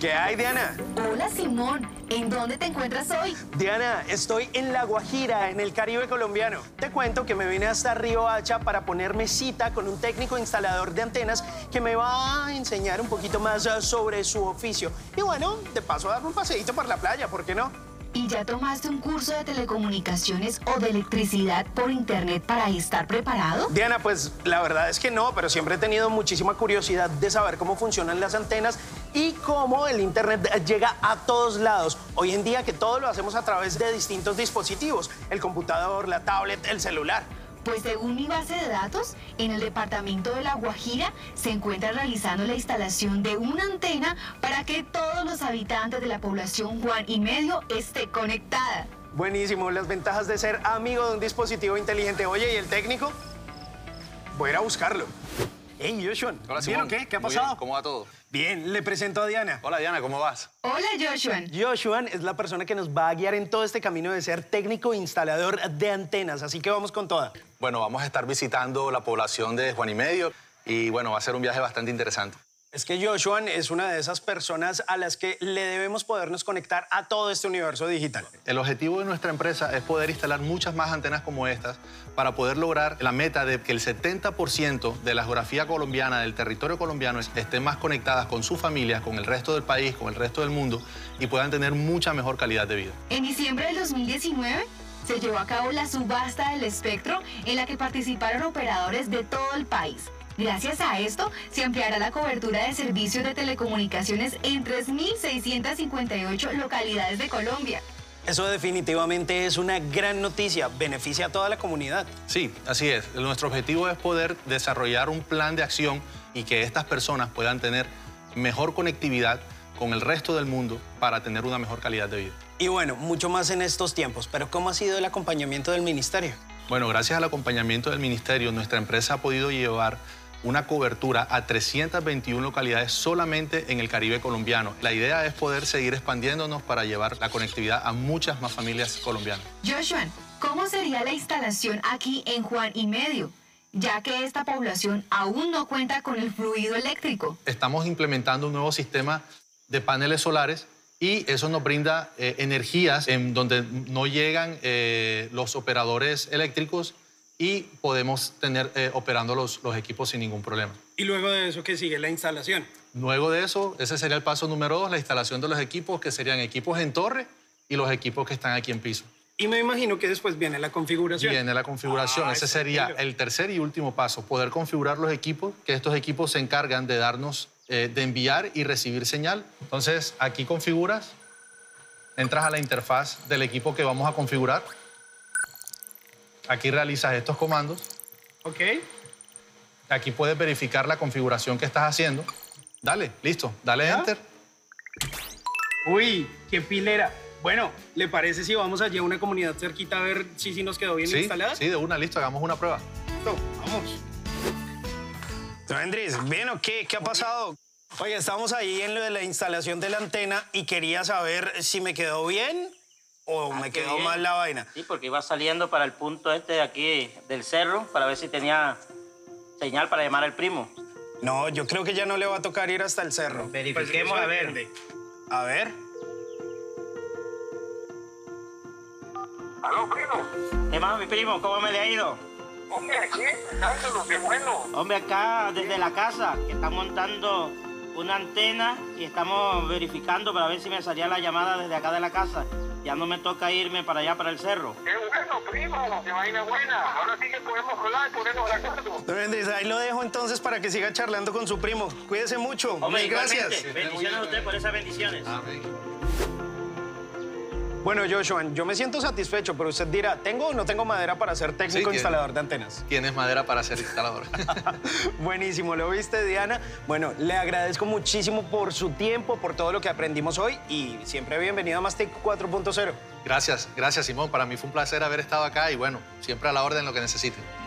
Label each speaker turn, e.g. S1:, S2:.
S1: ¿Qué hay, Diana?
S2: Hola Simón, ¿en dónde te encuentras hoy?
S1: Diana, estoy en La Guajira, en el Caribe colombiano. Te cuento que me vine hasta Río Hacha para ponerme cita con un técnico instalador de antenas que me va a enseñar un poquito más eh, sobre su oficio. Y bueno, de paso a darme un paseíto por la playa, ¿por qué no?
S2: ¿Y ya tomaste un curso de telecomunicaciones o de electricidad por internet para estar preparado?
S1: Diana, pues la verdad es que no, pero siempre he tenido muchísima curiosidad de saber cómo funcionan las antenas y cómo el Internet llega a todos lados. Hoy en día que todo lo hacemos a través de distintos dispositivos, el computador, la tablet, el celular.
S2: Pues según mi base de datos, en el departamento de La Guajira se encuentra realizando la instalación de una antena para que todos los habitantes de la población Juan y Medio esté conectada.
S1: Buenísimo, las ventajas de ser amigo de un dispositivo inteligente. Oye, ¿y el técnico? Voy a ir a buscarlo. Hey, Joshua,
S3: Hola,
S1: ¿vieron
S3: Simón.
S1: qué? ¿Qué ha
S3: Muy bien,
S1: pasado?
S3: ¿Cómo va todo?
S1: Bien, le presento a Diana.
S3: Hola, Diana, ¿cómo vas?
S2: Hola Joshua.
S1: Joshua es la persona que nos va a guiar en todo este camino de ser técnico e instalador de antenas, así que vamos con toda.
S3: Bueno, vamos a estar visitando la población de Juan y Medio y bueno, va a ser un viaje bastante interesante.
S1: Es que Joshua es una de esas personas a las que le debemos podernos conectar a todo este universo digital.
S3: El objetivo de nuestra empresa es poder instalar muchas más antenas como estas para poder lograr la meta de que el 70% de la geografía colombiana, del territorio colombiano, es- estén más conectadas con sus familias, con el resto del país, con el resto del mundo y puedan tener mucha mejor calidad de vida.
S2: En diciembre del 2019 se llevó a cabo la subasta del espectro en la que participaron operadores de todo el país. Gracias a esto, se ampliará la cobertura de servicios de telecomunicaciones en 3.658 localidades de Colombia.
S1: Eso definitivamente es una gran noticia, beneficia a toda la comunidad.
S3: Sí, así es. Nuestro objetivo es poder desarrollar un plan de acción y que estas personas puedan tener mejor conectividad con el resto del mundo para tener una mejor calidad de vida.
S1: Y bueno, mucho más en estos tiempos, pero ¿cómo ha sido el acompañamiento del ministerio?
S3: Bueno, gracias al acompañamiento del ministerio, nuestra empresa ha podido llevar una cobertura a 321 localidades solamente en el Caribe colombiano. La idea es poder seguir expandiéndonos para llevar la conectividad a muchas más familias colombianas.
S2: Joshua, ¿cómo sería la instalación aquí en Juan y Medio? Ya que esta población aún no cuenta con el fluido eléctrico.
S3: estamos implementando un nuevo sistema de paneles solares y eso nos brinda eh, energías en donde no llegan eh, los operadores eléctricos y podemos tener eh, operando los, los equipos sin ningún problema.
S4: Y luego de eso que sigue la instalación.
S3: Luego de eso, ese sería el paso número dos, la instalación de los equipos, que serían equipos en torre y los equipos que están aquí en piso.
S4: Y me imagino que después viene la configuración.
S3: Viene la configuración.
S4: Ah,
S3: Ese
S4: es
S3: sería
S4: tranquilo.
S3: el tercer y último paso, poder configurar los equipos, que estos equipos se encargan de darnos, eh, de enviar y recibir señal. Entonces, aquí configuras, entras a la interfaz del equipo que vamos a configurar. Aquí realizas estos comandos.
S4: Ok.
S3: Aquí puedes verificar la configuración que estás haciendo. Dale, listo. Dale enter.
S4: Uy, qué pilera. Bueno, ¿le parece si vamos allí a una comunidad cerquita a ver si, si nos quedó bien
S3: Sí,
S4: instalada?
S3: sí, de una, listo. Hagamos una prueba.
S4: Listo, vamos.
S1: Andrés, ¿bien o qué? ¿Qué ha pasado? Oye, estamos ahí en lo de la instalación de la antena y quería saber si me quedó bien o
S5: Ah,
S1: Pues me
S5: qué
S1: quedó
S5: bien.
S1: mal la vaina.
S5: Sí, porque iba saliendo para el punto este de aquí del cerro para ver si tenía señal para llamar al primo.
S1: No, yo creo que ya no le va a tocar ir hasta el cerro.
S5: Pues Verifiquemos a ver.
S1: A ver.
S6: Aló, primo.
S5: ¿Qué más, mi primo? ¿Cómo me le ha ido?
S6: Hombre, aquí, dándolo, qué bueno.
S5: Hombre, acá desde la casa, que están montando una antena y estamos verificando para ver si me salía la llamada desde acá de la casa. Ya no me toca irme para allá, para el cerro.
S6: Qué bueno, primo. Qué vaina buena. Ahora sí que podemos hablar y ponernos de acuerdo.
S1: Don Andrés, ahí lo dejo entonces para que siga charlando con su primo. Cuídese mucho. Mil gracias.
S5: igualmente, Bendiciones a usted por esas bendiciones.
S1: Bueno, Joshua, yo me siento satisfecho, pero usted dirá, ¿tengo o no tengo madera para ser
S3: Sí,
S1: técnico
S3: tiene.
S1: instalador de antenas?
S3: Tienes madera para ser instalador.
S1: Buenísimo, ¿lo viste, Diana? Bueno, le agradezco muchísimo por su tiempo, por todo lo que aprendimos hoy y siempre bienvenido a Mastic 4.0.
S3: gracias, gracias, Simón. Para mí fue un placer haber estado acá y bueno, siempre a la orden lo que necesiten.